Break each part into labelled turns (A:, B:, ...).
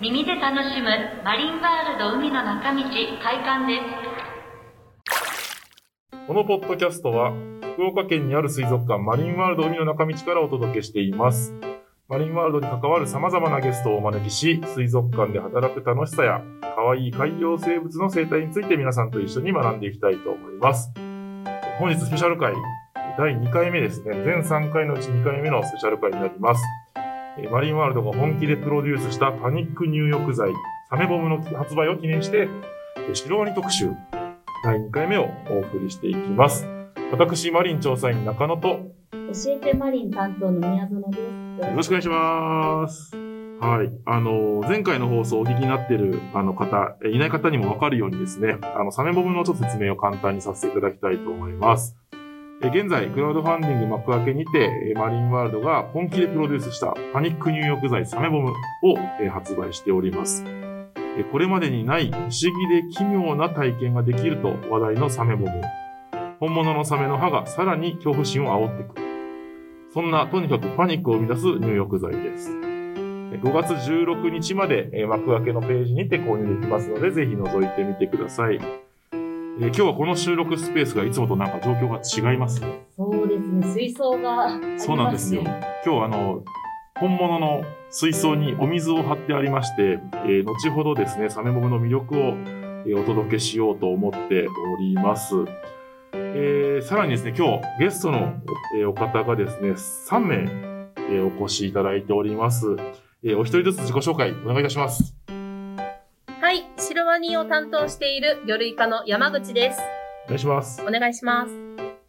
A: 耳で楽しむマリンワールド海の中道開館です
B: このポッドキャストは、福岡県にある水族館マリンワールド海の中道からお届けしています。マリンワールドに関わる様々なゲストをお招きし、水族館で働く楽しさや、可愛い海洋生物の生態について皆さんと一緒に学んでいきたいと思います。本日スペシャル回、第2回目ですね。全3回のうち2回目のスペシャル回になります。えーマリンワールドが本気でプロデュースしたパニック入浴剤、サメボムの発売を記念して、えーシロワニ特集、第2回目をお送りしていきます。私、マリン調査員中野と、よ
C: 教えてマリン担当の宮園です。
B: ろしくお願いします。はい。あの、前回の放送をお聞きになっているあの方、えいない方にもわかるようにですね、あの、サメボムのちょっと説明を簡単にさせていただきたいと思います。え現在、クラウドファンディング幕開けにて、えマリンワールドが本気でプロデュースしたパニック入浴剤サメボムをえ発売しております。えこれまでにない不思議で奇妙な体験ができると話題のサメボム。本物のサメの歯がさらに恐怖心を煽ってくる。そんな、とにかくパニックを生み出す入浴剤です。え5月16日までえー幕開けのページにて購入できますので、ぜひ覗いてみてください。えー今日はこの収録スペースがいつもとなんか状況が違いますね。
C: そうですね、水槽がありますし
B: そうなんですよ。今日あの、本物の水槽にお水を張ってありまして、えー後ほどですね、サメボムの魅力を、えーお届けしようと思っております。えーさらにですね、今日ゲストの、えーお方がですね、3名、えーお越しいただいております。えーお一人ずつ自己紹介お願いいたします。
D: はい、シロワニを担当している魚類科の山口です。
B: お願いします。
D: お願いします。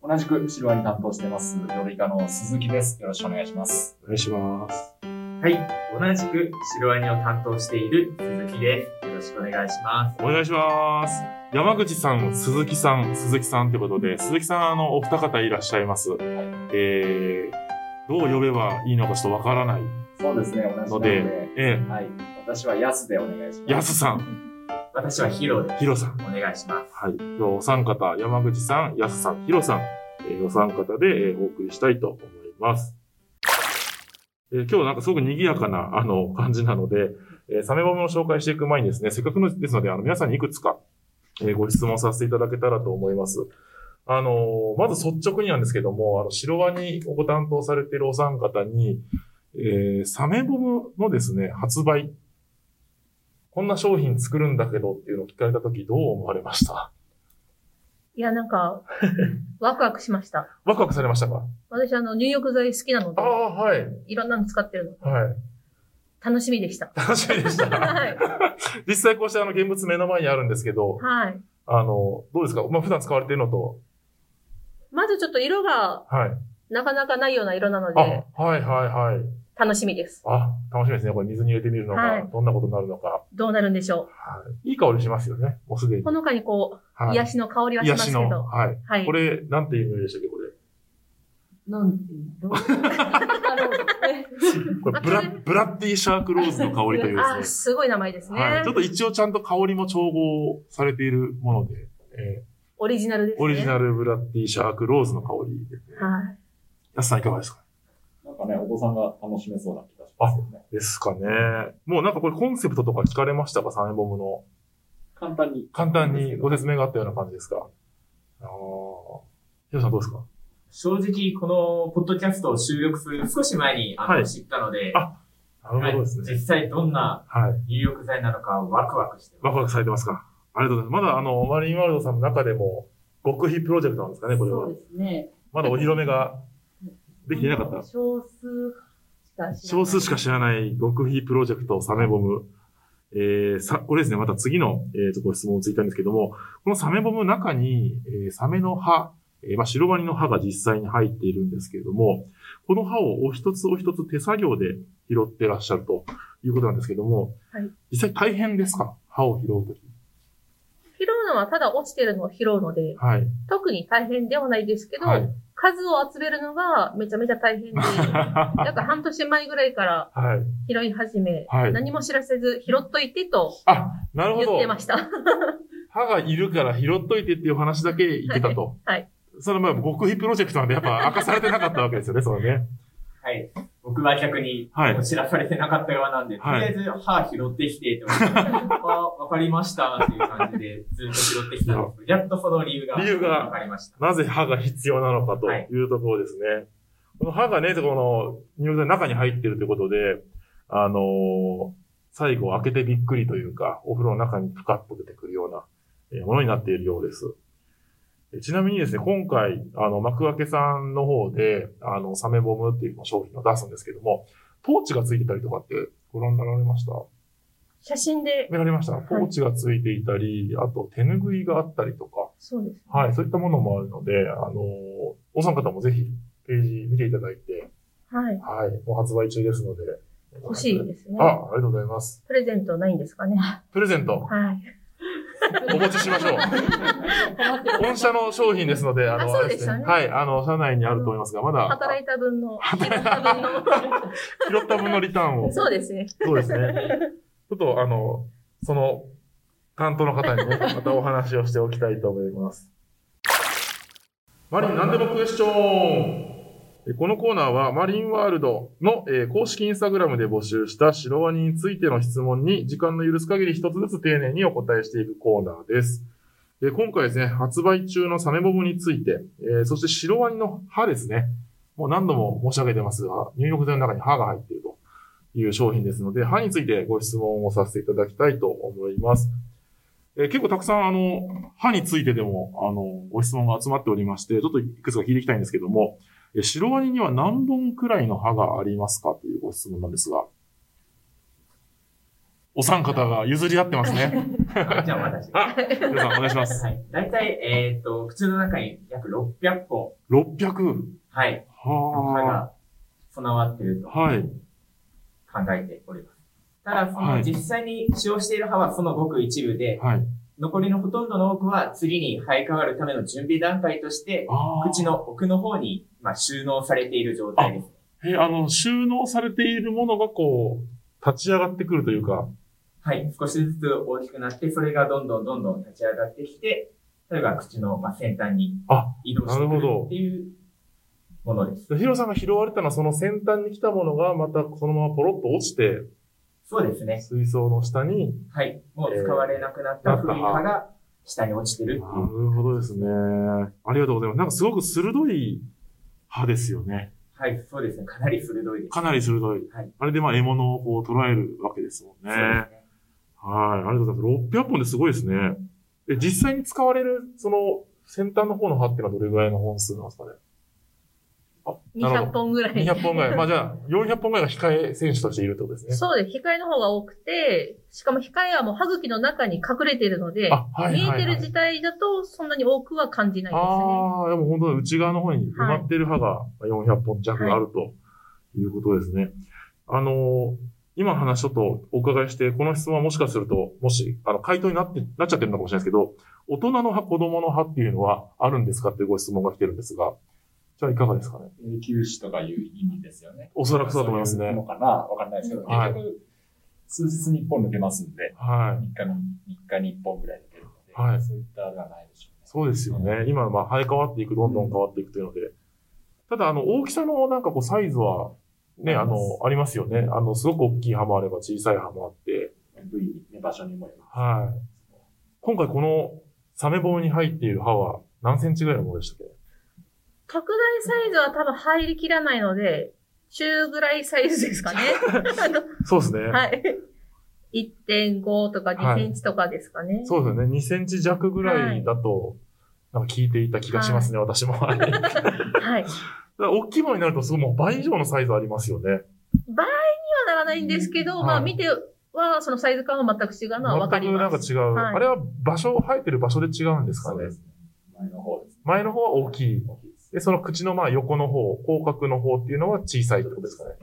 E: 同じくシロワニ担当してます、魚類科の鈴木です。よろしくお願いします。
B: お願いします。
F: はい。同じく白ワニを担当している鈴木です。よろしくお願いします。
B: お願いします。山口さん、鈴木さん、鈴木さんってことで、鈴木さん、あの、お二方いらっしゃいます。えー、どう呼べばいいのかちょっとわからない。
E: そうですね、同じなので、
B: え
E: はい。私はヤスでお願いしま
B: ー、
E: す。
B: やすさん、
E: ん。
F: 私はヒロです。
B: ヒロさん。
F: お願いします。
B: はい。今日お三方、山口さん、やすさん、ヒロさん、えーお三方で、えーお送りしたいと思います。えー今日なんかすごく賑やかな、あの、 感じなので、えーサメボムを紹介していく前にですね、せっかくのですので、あの、皆さんにいくつか、えーご質問させていただけたらと思います。あのーまず率直になんですけども、あの、白ワニをご担当されているお三方に、えーサメボムのですね、発売、こんな商品作るんだけどっていうのを聞かれたとき、どう思われました
D: いや、なん か、ワクワクしました。
B: ワクワクされましたか
D: 私、あの、入浴剤好きなの
B: あ
D: で、
B: あ、はい。
D: いろんなの使ってるの。
B: はい。
D: 楽しみで した。
B: 楽しみで した。
D: はい。
B: 実際こうしてあの現物目の前にあるんですけど、
D: はい。
B: あの、どうですかまあ普段使われてるのと。
D: まずちょっと色が
B: はい。
D: なかなかないような色なの
B: あ、
D: で、
B: はいはいはい。
D: 楽しみです。
B: あ、楽しみですね。これ水に入れてみるのが、
D: はい
B: どんなことになるのか。
D: どうなるんでしょ
B: はい。いい香りしますよね。もうすで
D: う。
B: に。
D: ほのかにこ
B: は
D: う、
B: い。
D: 癒しの香りはしますけ
B: 癒し
D: ど。
B: はい。
D: はい
B: こ。れ、なんていう匂いでしたっけこれ。
C: なんていう のどうだろうね
B: これ、ブラ、ブラッディシャークローズの香りという
D: あ
B: で
D: ー、
B: す
D: すごい名前です
B: ね。はい。
D: ね
B: ちょ。っと一応ちゃんと香りも調合されているもので、え
D: オリジナルです
B: ー
D: ね。
B: オリジナルブラッディシャークローズの香りですね。
D: はい。
B: 安さんいかがですか
E: なんかね、お子さんが楽しめそうな気がしますよね。
B: ですかね。もうなんかこれコンセプトとか聞かれましたかサメボムの。
E: 簡単に。
B: 簡単にご説明があったような感じですかああ。ヒロさんどうですか
F: 正直、このポッドキャストを収録する少し前にあの、
B: はい
F: 知ったので、
B: あなるほどです
F: 実
B: ね。
F: 際どんな
B: はい。
F: 入浴剤なのかワクワクして
B: ワ
F: ま
B: クワクされてますかありがとうございます。まだあの、マリンワールドさんの中でも、極秘プロジェクトなんですかね、これ
C: そ
B: は
C: う。ですね。
B: まだお披露目ができていなかった。
C: 少数しか知らない
B: 少数しか知らない極秘プロジェクトサメボム。えー、さ、これですね、また次の、えー、とご質問をついたんですけども、このサメボムの中に、えーサメの歯、えーまあ、白バニの歯が実際に入っているんですけれども、この歯をお一つお一つ手作業で拾ってらっしゃるということなんですけども、
D: はい
B: 実際大変ですか歯を拾うとき。
D: 拾うのはただ落ちてるのを拾うので、
B: はい。
D: 特に大変ではないですけど、
B: はい。
D: 数を集めるのがめちゃめちゃ大変で、
B: は
D: 約半年前ぐらいから
B: い。
D: 拾い始め、
B: はい
D: 何も知らせず拾っといてと
B: あ、なるほ
D: 言
B: ど。
D: ってました。
B: 歯がいるから拾っといてっていう話だけ言ってたと。
D: はい。
B: そのまあ極秘プロジェクトなんでやっぱ明かされてなかったわけですよね、それね。
F: す。はい。僕は逆に、
B: はい
F: もう知らされてなかった側なんで、
B: はい
F: とりあえず歯拾ってきて、とか、あわかりました、っていう感じで、ずっと拾ってきたんですけど、やっとその理由が、
B: 理由が
F: わかりました。
B: なぜ歯が必要なのかというところですね。この歯がね、この入力の中に入ってるということで、あのー最後開けてびっくりというか、お風呂の中にプカッと出てくるようなえーものになっているようです。えちなみにですね、今回、あの、幕開けさんの方で、あの、サメボムっていう商品を出すんですけども、ポーチがついてたりとかってご覧になられました
D: 写真で、
B: 見られましたポーチがついていたり、あと手拭いがあったりとか、
C: そうです。
B: はい、そういったものもあるので、あのーお三方もぜひページ見ていただいて、
D: はい。
B: はい、もう発売中ですので。
D: 欲しいですね
B: あ、。ありがとうございます。
D: プレゼントないんですかね。
B: プレゼント、
D: はい。
B: お持ちし ましょう。本社の商品ですので、あの、
D: あ
B: れ
D: そうでしたね
B: はい、あの、社内にあると思いますが、まだ、
D: 働いた分の、拾 った分の。
B: 拾った分のリターンを。
D: そうですね。
B: そうですね。ちょっと、あの、その、担当の方にね、またお話をしておきたいと思います。マリン、なんでもクエスチョンえこのコーナーは、マリンワールドの、えー公式インスタグラムで募集したシロワニについての質問に、時間の許す限り一つずつ丁寧にお答えしていくコーナーです。えー今回ですね、発売中のサメボブについて、えーそしてシロワニの歯ですね。もう何度も申し上げてますが、入浴剤の中に歯が入っていると。いう商品ですので、歯についてご質問をさせていただきたいと思います。えー結構たくさん、あの、歯についてでも、あの、ご質問が集まっておりまして、ちょっといくつか聞いていきたいんですけども、えーシロワニには何本くらいの歯がありますかというご質問なんですが、お三方が譲り合ってますね。
F: あじゃあ私。
B: あ皆さんお願いし ます。
F: はい。だいたい、えっと、口の中に約600個、
B: 600。
F: はい、歯
B: は
F: が備わってると
B: あ。はい。
F: 考えております。ただ、そ
B: は
F: の
B: い
F: 実際に使用している歯はそのごく一部で、
B: はい。
F: 残りのほとんどの多くは次に生え変わるための準備段階として、
B: あ
F: 口の奥の方に、まあ、収納されている状態です。
B: あ。えー、あの、収納されているものがこう、立ち上がってくるというか、
F: はい。少しずつ大きくなって、それがどんどんどんどん立ち上がってきて、例えば口の、まあ、先端に
B: あ
F: 移動し
B: な
F: てく
B: るほ
F: る
B: ど
F: っていうものです。
B: ヒロさんが拾われたのは、その先端に来たものが、またそのままポロッと落ちて、
F: そうですね。
B: 水槽の下に。
F: はい。もう使われなくなった古い歯が下に落ちてるって
B: な
F: いう。
B: るほどですね。ありがとうございます。なんかすごく鋭い歯ですよね。
F: はい。そうですね。かなり鋭いです。
B: かなり鋭い。
F: はい
B: あれでまあ獲物をこう捉えるわけですもんね。
F: そう
B: はい
F: ですね。。
B: ありがとうございます。600本ですごいですね。え、実際に使われる、その、先端の方の歯っていうのはどれぐらいの本数なんですかね。あ、なる
D: 200
B: ほど。
D: 本ぐらい。
B: 200本ぐらい。まあじゃあ、400本ぐらいが控え選手としているってことですね。
D: そうです。控えの方が多くて、しかも控えはもう歯茎の中に隠れているので、
B: あ、はいはい、はい。
D: 見えてる自体だとそんなに多くは感じないですね。
B: ああ、でも本当だ内側の方に埋まってる歯が400本弱あるということですね。あのー今の話ちょっとお伺いして、この質問はもしかすると、もし、あの、回答になって、なっちゃってるのかもしれないですけど、大人の歯、子供の歯っていうのはあるんですかっていうご質問が来てるんですが、じゃあいかがですかね
E: 永久歯とかいう意味ですよね。
B: おそらくそうだと思います
E: そういう
B: ね。
E: のかなわかんないですけど、
B: はい
E: 結局、数日に1本抜けますんで、
B: はい。
E: 3日に、3日に1本ぐらい抜けるので、
B: はい
E: そういったのはないでしょうね。
B: そうですよね。今、まあ、生え変わっていく、どんどん変わっていくというので。ただ、あの、大きさのなんかこう、サイズは、ね、あ
E: あります
B: の、ありますよね。あの、すごく大きい歯もあれば、小さい歯もあって。
E: 部位にね、場所にもよります。
B: はい。今回このサメ棒に入っている歯は何センチぐらいのものでしたっ
D: 拡大サイズは多分入りきらないので、中ぐらいサイズです かね。あの
B: けそうですね。
D: はい。1.5とか2センチとかですかね。
B: そうですよね。2センチ弱ぐらいだと、なんか聞いていた気がしますね、私も。はい。だか
D: はい。
B: ら大きいものになると、すごいもう倍以上のサイズありますよね。
D: はならないんですけど、
B: はい
D: まあ見ては、そのサイズ感は全く違うのはわかり
B: 全くな
D: ま
B: んか
D: す。
B: 違う。
D: はい
B: あれは場所、生えてる場所で違うんですか
E: そう
B: ね
E: で。すね。前の方ですね。
B: 前の方は大きい。
E: 大きいです。
B: で、その口のまあ横の方、広角の方っていうのは小さいってことですかね。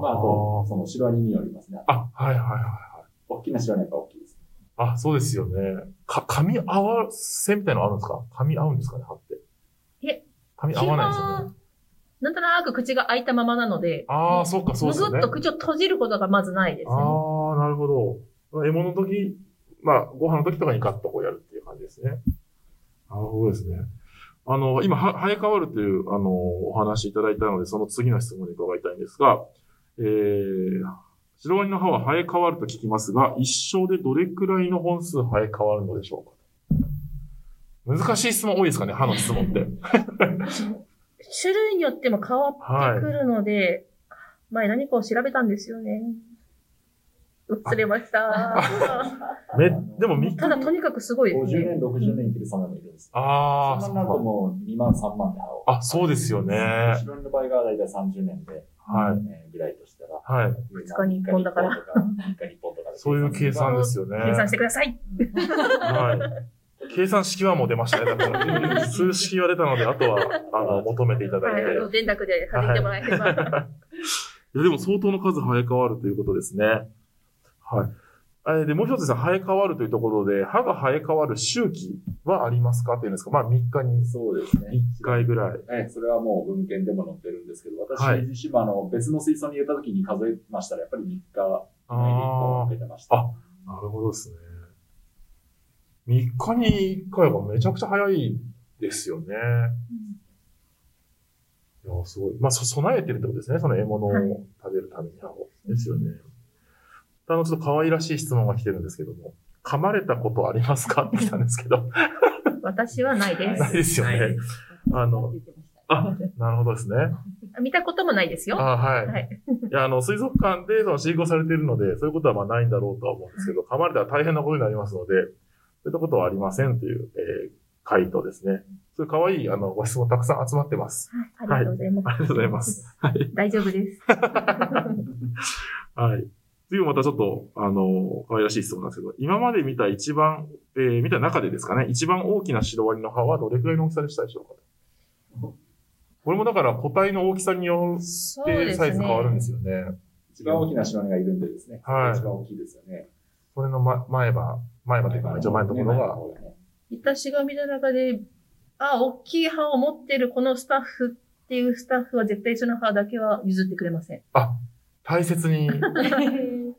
E: まあ、あと、そのシロアリによりますね。
B: あ、はいはいはい。
E: 大きなシロアリはやっぱ大きいです。
B: あ、そうですよね。か、噛み合わせみたいなのあるんですか噛み合うんですかね、歯って。
D: え
B: 噛み合わないですよね。
D: なんとなく口が開いたままなので、
B: ああ、そうか、そう
D: む
B: で
D: ず
B: すよね。
D: っと口を閉じることがまずないですね。
B: ああ、なるほど。獲物の時、まあ、ご飯の時とかにガッとこうやるっていう感じですね。なるほどですね。あの、今、は生え変わるという、あの、お話いただいたので、その次の質問で伺いたいんですが、えー、白ワニの歯は生え変わると聞きますが、一生でどれくらいの本数生え変わるのでしょうか難しい質問多いですかね、歯の質問って。
D: 種類によっても変わってくるので、前何かを調べたんですよね。忘れました。
B: め、でもみ、
D: ただとにかくすごいです
E: 50
D: ね。
E: 年、60年生きる様もいるんです。
B: ああ、
E: そ
B: そう
E: んなになると
B: か
E: もう2万、3万で払おう。
B: あ、そうですよね。は
E: 後ろの場合が大体30年で、
B: い。
E: えーぐらいとしたら、
B: はい。
E: 2
D: 日に一本だから。
E: 3日に1本とかで。
B: そういう計算ですよね。
D: 計算してください。
B: はい。計算式はもう出ましたね。だから数式は出たので、あとは、あの、求めていただい
D: はい、
B: て。
D: あの、電卓で弾いてもらえれば。
B: いや、でも相当の数生え変わるということですね。はい。あれで、もう一つですね生え変わるというところで、歯が生え変わる周期はありますかっていうんですかまあ、3日に
E: そうですね。
B: 1回ぐらい。
E: はい、それはもう文献でも載ってるんですけど、私
B: はい
E: 自身もあの別の水槽に入れた時に数えましたら、やっぱり3日以内で1
B: あ
E: 本
B: あ
E: 出てました。
B: あー、なるほどですね。3日に1回がめちゃくちゃ早いですよね。いや、すごい。まあ、そ備えてるってことですね。その獲物を食べるために歯を。ですよね。あの、ちょっと可愛らしい質問が来てるんですけども、噛まれたことありますかって来たんですけど、
D: 私はないで
B: ない
D: す。
B: ですよね。
F: はい
B: あの、あ、なるほどですね。
D: 見たこともないです
B: あ
D: よ。
B: はい。
D: はいい、
B: や、あの、水族館でその飼育をされているので、そういうことはまあないんだろうとは思うんですけど、噛まれたら大変なことになりますので、そういったことはありませんという、えー回答ですね。そういう可愛い、あの、ご質問たくさん集まってます。
D: ありがとうございます。
B: ありがとうございます。
D: 大丈夫 です。
B: はい。次もまたちょっと、あの、可愛らしい質問なんですけど、今まで見た一番、えー見た中でですかね、一番大きなシロワニの歯はどれくらいの大きさでしたでしょうかこれもだから個体の大きさによ
D: そ
B: っ
D: うで
B: て
D: す
B: サイズ変わるん
D: ね
B: で。すよね。
E: 一番大きなシロワニがいるんでですね。
B: はい
E: 一番大きいですよね。
B: これの、ま、前歯、前歯というか、一応前のところが、
E: が。
D: 私が見た中で、あ、大きい歯を持ってるこのスタッフっていうスタッフは絶対その歯だけは譲ってくれませ ん。
B: あ、大切に、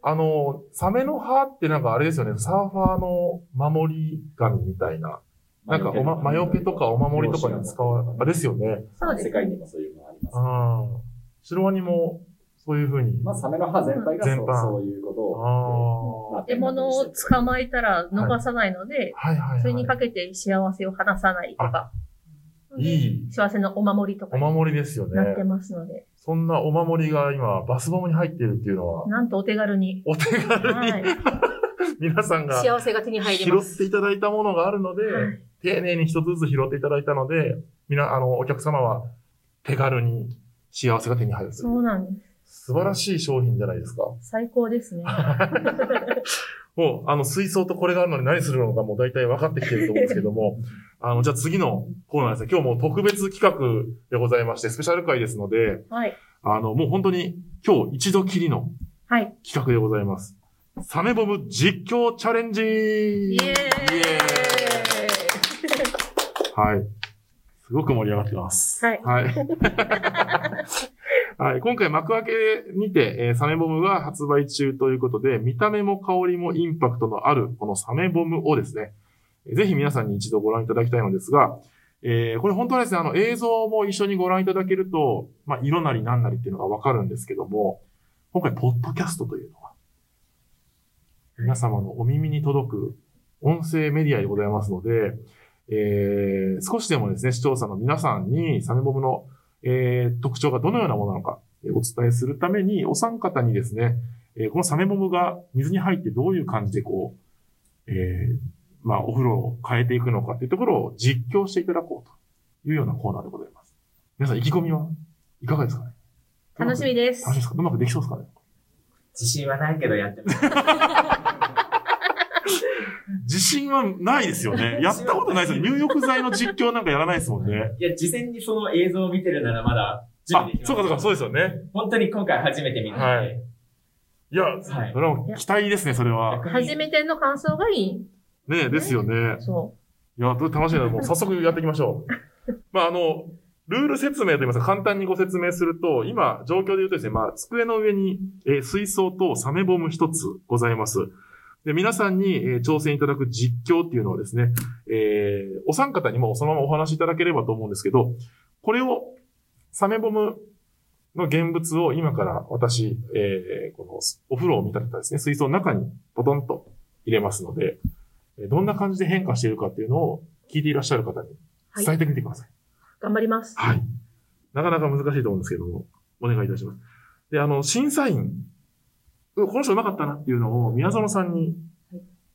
B: あの、サメの歯ってなんかあれですよね、サーファーの守り神みたいな、なんかおま、魔除けとかお守りとかに使わあ、ですよね。
D: そうです
E: 世界にもそういうのがあります。
B: ああ。シロワニも、そういうふうに。
E: まあ、サメの歯全体が
B: 全
E: そう
B: 般
E: そういうこと
B: ああ。
E: を。
B: は
E: まあ
D: 獲物を捕まえたら逃さないので、
B: いはい、はい。
D: それにかけて幸せを離さないとか、
B: いい
D: 幸せのお守りとか
B: お
D: に
B: 守りですよね
D: な。ってますので、
B: そんなお守りが今、バスボムに入っているっていうのは、
D: なんとお手軽に。
B: お手軽に、
D: はい。
B: 皆さんが
G: 幸せが手に入り
B: 拾
G: ま
B: っ
G: す。
B: ていただいたものがあるので、
D: はい
B: 丁寧に一つずつ拾っていただいたので、皆、あの、お客様は手軽に幸せが手に入ると
D: そ
B: いうう。
D: なんで
B: 素晴らしい商品じゃないですか。
D: す。最高です ね。
B: もう、あの、水槽とこれがあるのに何するのかもう大体分かってきてると思うんですけ ども、あの、じゃあ次のコーナーですね。今日もう特別企画でございまして、スペシャル回ですので、
D: はい。
B: あの、もう本当に今日一度きりの
D: はい。
B: 企画でございます。サメボム実況チャレンジイ
D: イエーイ
B: エーイはい。すごく盛り上がってます。
D: はい。
B: はい。 はい、今回幕開けにて、えーサメボムが発売中ということで、見た目も香りもインパクトのあるこのサメボムをですね、ぜひ皆さんに一度ご覧いただきたいのですが、えーこれ本当はですね、あの映像も一緒にご覧いただけると、まあ、色なり何なりっていうのがわかるんですけども、今回、ポッドキャストというのは、皆様のお耳に届く音声メディアでございますので、えー少しでもですね、視聴者の皆さんにサメボムの、えー特徴がどのようなものなのか、えーお伝えするために、お三方にですね、えーこのサメボムが水に入ってどういう感じでこう、えーまあ、お風呂を変えていくのかっていうところを実況していただこうというようなコーナーでございます。皆さん、意気込みはいかがですかね
D: 楽しみです
B: 楽し。いですかうまくできそうですかね
F: 自信はないけどやってます。
B: 自信はないですよね。やったことないですよね。入浴剤の実況なんかやらないですもん ね。
F: いや、事前にその映像を見てるならまだ準
B: あ
F: 備でき、ます。
B: そうかそうか、そうですよね。
F: 本当に今回初めて見たので。
B: はいいや、
F: はい
B: それはもう期待ですね、それは。
F: 逆に
D: 初めての感想がいい。
B: ねですよね。
D: そ
B: いや、楽しいな。もう早速やっていきましょう。まあ、あの、ルール説明といいますか、簡単にご説明すると、今、状況で言うとですね、まあ、机の上に、えー水槽とサメボム一つございます。で、皆さんに、えー挑戦いただく実況っていうのはですね、えーお三方にもそのままお話しいただければと思うんですけど、これを、サメボムの現物を今から私、えーこのお風呂を見立てたですね、水槽の中にポトンと入れますので、えーどんな感じで変化しているかっていうのを聞いていらっしゃる方に伝えてみてください。
D: 頑張ります。
B: はい。なかなか難しいと思うんですけども、お願いいたします。で、あの、審査員、うこの人うまかったなっていうのを宮園さんに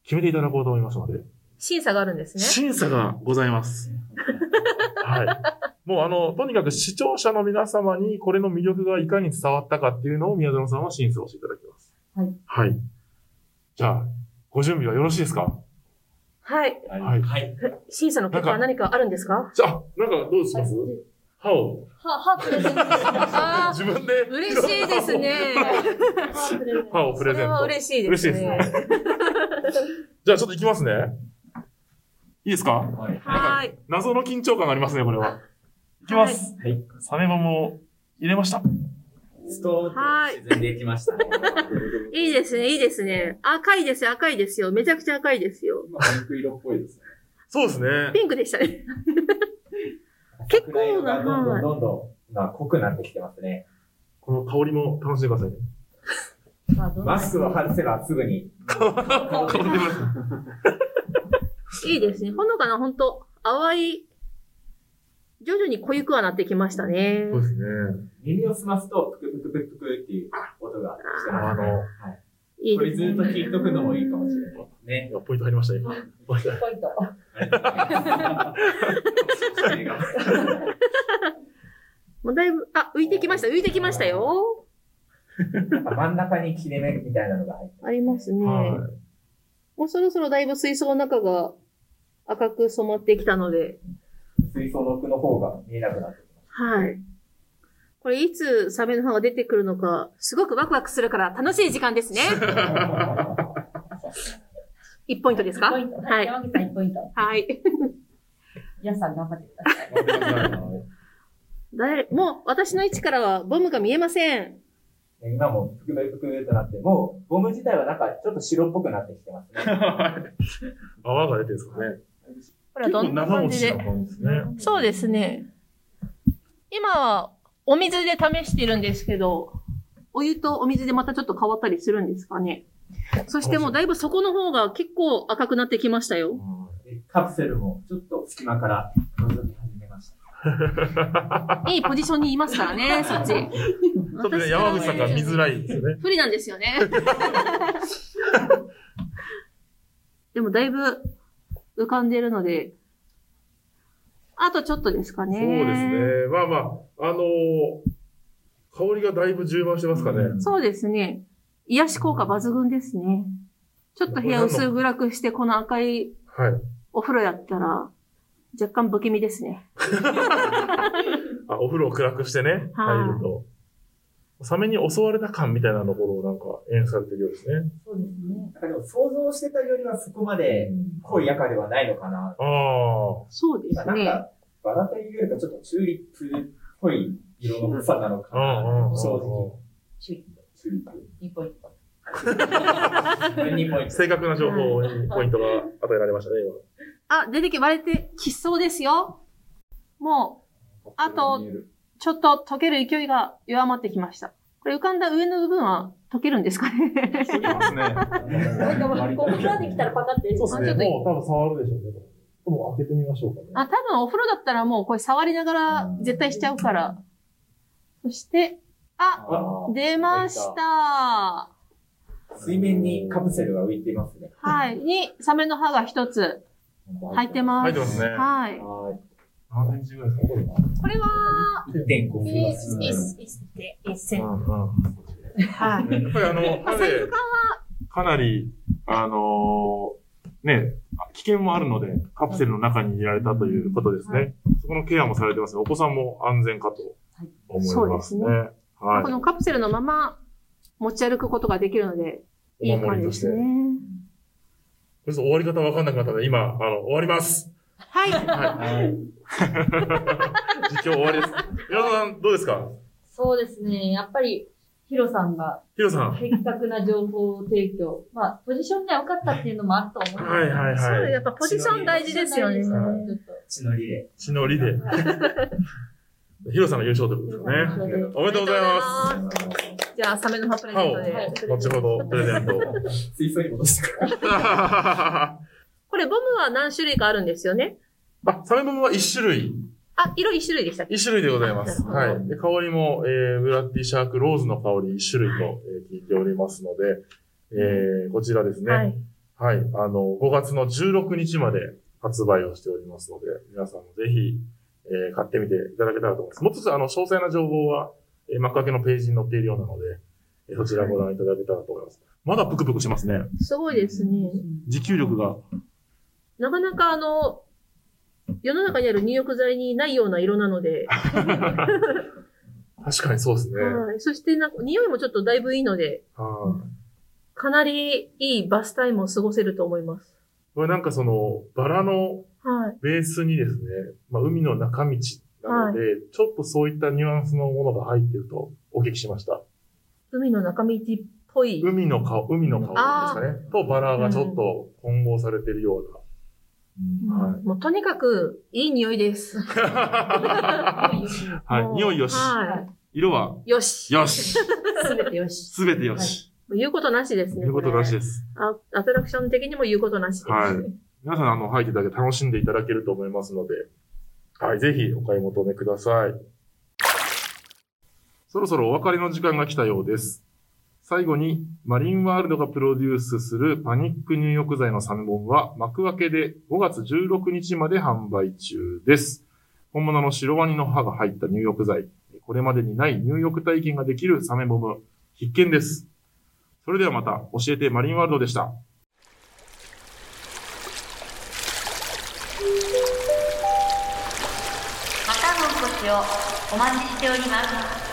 B: 決めていただこうと思いますので、
D: 審査があるんですね。
B: 審査がございます。 はい。もうあの、とにかく視聴者の皆様にこれの魅力がいかに伝わったかっていうのを宮園さんは審査をしていただきます。
C: はい。
B: はい。じゃあ、ご準備はよろしいですか
D: はい。
B: はい。
F: はい。
D: 審査の結果は何かあるんですか
B: じゃあ、なんかどうします歯を。
C: は、は、プレゼント。
D: あ
B: 自分で。
D: 嬉しいです ね。
C: は、プレゼン
B: 歯
C: ト。
B: をプ
D: そ
B: レゼ
D: れ
B: ン
D: は
B: ト。
D: 嬉しいで
B: 嬉し
D: す
B: いですね
D: ね。。
B: じゃあちょっと行きますね。いいですか
E: はい。
D: はい。
B: 謎の緊張感がありますね、これは。いき
D: は
B: ま
D: い
B: す。
E: はい。
B: サメバも入れました。
F: ストーンと沈んでいきましたね。
D: いいですね、いいですね。赤いですよ、赤いですよ。めちゃくちゃ赤いですよ。
E: 今、ピンク色っぽいですね。
B: そうですね。
D: ピンクでしたね。結構な
F: 桜色がどんど
D: はい
F: んどんどん、まあ、濃くなってきてますね。
B: この香りも楽しんでくださいね。
C: まあ、どう
F: マスクを外せばすぐに。
B: 香りでます。
D: いいですね。ほのかな、ほんと、淡い、徐々に濃ゆくはなってきましたね。
B: そうですね。
F: 耳を澄ますと、プクプクプクプクっていう音がして
B: あ
F: ますね。
B: の、
D: いい
F: これ
D: です
F: ず
D: ね
F: っと。聞いとくのもいいかもしれないですね。
B: 今ポイント入りました、今。ポイント
C: ポイント。
D: もうだいぶ、あ、浮いてきました、浮いてきましたよ。
F: 真ん中に切れ目みたいなのが入って
D: ありますね。
B: は
D: もうそろそろだいぶ水槽の中が赤く染まってきたので、
F: 水槽の奥の方が見えなくなってきま
D: はい。これいつサメの歯が出てくるのか、すごくワクワクするから楽しい時間 ですね。1ポイントですか
C: ポイント。
D: はい
C: 山口さん1ポイント。
D: はい。
C: 皆さん頑張ってください。
D: 誰、もう私の位置からはボムが見えません。
F: す。今もぷくぷくぷくとなって、もうゴム自体はなんかちょっと白っぽくなってきてますね。
B: い。泡が出てるんですかね。
D: これはどんな感じで
B: 結構長持ちな感じですね。
D: そうですね。今はお水で試してるんですけど、お湯とお水でまたちょっと変わったりするんですかね。そしてもうだいぶ底の方が結構赤くなってきました よ。
F: でカプセルもちょっと隙間から覗き始めました。
D: いいポジションにいますからね、そっち。ちょ
B: ちょっとね、山口さんが見づらいですよね。
D: 不利なんですよ ね。でもだいぶ浮かんでるので、あとちょっとですかね。
B: そうですね。まあまあ、あのー香りがだいぶ充満してますかね。
D: そうですね。癒し効果抜群ですね。ちょっと部屋薄暗くして、この赤い
B: はい。
D: お風呂やったら、若干不気味ですね。
B: あ、お風呂を暗くしてね、
D: はい
B: 入ると。サメに襲われた感みたいなところをなんか演出されてるようですね。
C: そうですね。
F: なんかでも想像してたよりはそこまで濃い赤ではないのかな。
B: あ
D: そうで
F: まあ
D: す
F: なん
D: ね。
F: か、バラというよりかちょっとチューリップっぽい色の草なのか
B: あ。うんうんうん
F: な
B: うん。。
F: 正直。
C: シュリッ
F: チューリップ。
C: プ2ポイント。
F: 12ポイント。
B: 正確な情報にポイントが与えられましたね、
D: あ、出てき、割れてきそうですよ。もあと
E: 見える、
D: う、ちょっと溶ける勢いが弱まってきました。これ浮かんだ上の部分は溶けるんですかね
B: 今。そうですね。
C: なんかもう、ここまで来たらパカって。
B: そうですね。もう多分触るでしょうね。もう開けてみましょうかね。
D: あ、多分お風呂だったらもうこれ触りながら絶対しちゃうから。そして、あ、
F: あ
D: 出ました。
F: 水面にカプセルが浮いていますね。
D: はい。に、サメの歯が一つ入ってま
B: 入っ
D: す
B: て。ますね。
D: はい。
F: は
B: 何センチぐらいですかこれは。
D: これは、
F: い。1.5
C: い
F: ミ
C: い
F: リ
C: っす、いいっす、いいっすって、いいっす。
D: はい。
B: やっぱりあの、
D: サ
B: な
D: メ
B: ぜ、かなり、あのーね、危険もあるので、カプセルの中に入れられたということですね。
C: は
B: そこのケアもされてますね。お子さんも安全かと思いますね。はい。
D: このカプセルのまま持ち歩くことができるので、い
B: お
D: い
B: 守
D: 感
B: り
D: じ
B: と
D: で
B: し
D: す。
B: て
D: ね。
B: ちょっと終わり方わかんなくなったので、今、あの、終わります。
D: はい。
B: 実況終わりです。皆さん、どうですか
C: そうですね。やっぱり、ヒロさんが
B: ヒロさん。
C: 的確な情報提供。まあ、ポジションが良かったっていうのもあると思うんですけど。
B: はいはい
D: そう
B: は
D: で
B: い。
D: す。やっぱポジション大事ですよね。
C: ちょ
B: はい
C: っと
F: 血のりで。
B: 血のり で。ヒロさんが優勝ということですよね。おめでとうございます。
D: す。じゃあ、サメの葉プレゼントで。
C: はい
B: 後ほどプレゼントを。
F: 水槽に戻してから。
B: あ、
D: これ、ボムは何種類かあるんですよね。
B: サメボムは一種類。
D: あ、色一種類でしたっけ
B: 一種類でございます。
D: な
B: は
D: る
B: い。で香りも、えー、ブラッディシャークローズの香り一種類と、えー聞いておりますので、えー、こちらですね。
D: は
B: はいい。。あの、5月の16日まで発売をしておりますので、皆さんもぜひ、えー買ってみていただけたらと思います。もう一つ、あの、詳細な情報は、えー、幕開けのページに載っているようなので、えーそちらご覧いただけたらと思います。まだぷくぷくしますね。
D: すごいですね。
B: 持久力が。
D: なかなかあの、世の中にある入浴剤にないような色なので、
B: 確かにそうですね。
D: はい。そしてなんか、匂いもちょっとだいぶいいので、
B: はい。
D: かなりいいバスタイムを過ごせると思います。
B: これなんかその、バラの
D: はい。
B: ベースにですね、まあ、海の中道なので、ちょっとそういったニュアンスのものが入ってるとお聞きしました。
D: 海の中道っぽい。
B: 海の顔、海の顔ですかね。とバラがちょっと混合されてるような。はい
D: もうとにかく、いい匂いです。
B: はい。
D: もう
B: 匂いよし。
D: は。
B: 色はい
D: よし。
B: よし。
C: すべてよし。
B: すべてよし。
D: 言うことなしです
B: と
D: ね。
B: いうことらしい
D: で
B: です。
D: あ。アトラクション的にも言うことなしです。
B: はい。皆さん、あの、入っていただけ楽しんでいただけると思いますので、はい。ぜひお買い求めください。そろそろお別れの時間が来たようです。最後に、マリンワールドがプロデュースするパニック入浴剤の3本は、幕開けで5月16日まで販売中です。本物の白ワニの歯が入った入浴剤、これまでにない入浴体験ができるサメボム、必見です。それではまた、教えてマリンワールドでした。
A: またのお越しをお待ちしております。